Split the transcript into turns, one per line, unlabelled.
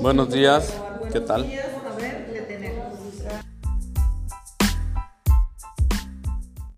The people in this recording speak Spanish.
Buenos días, ¿qué tal?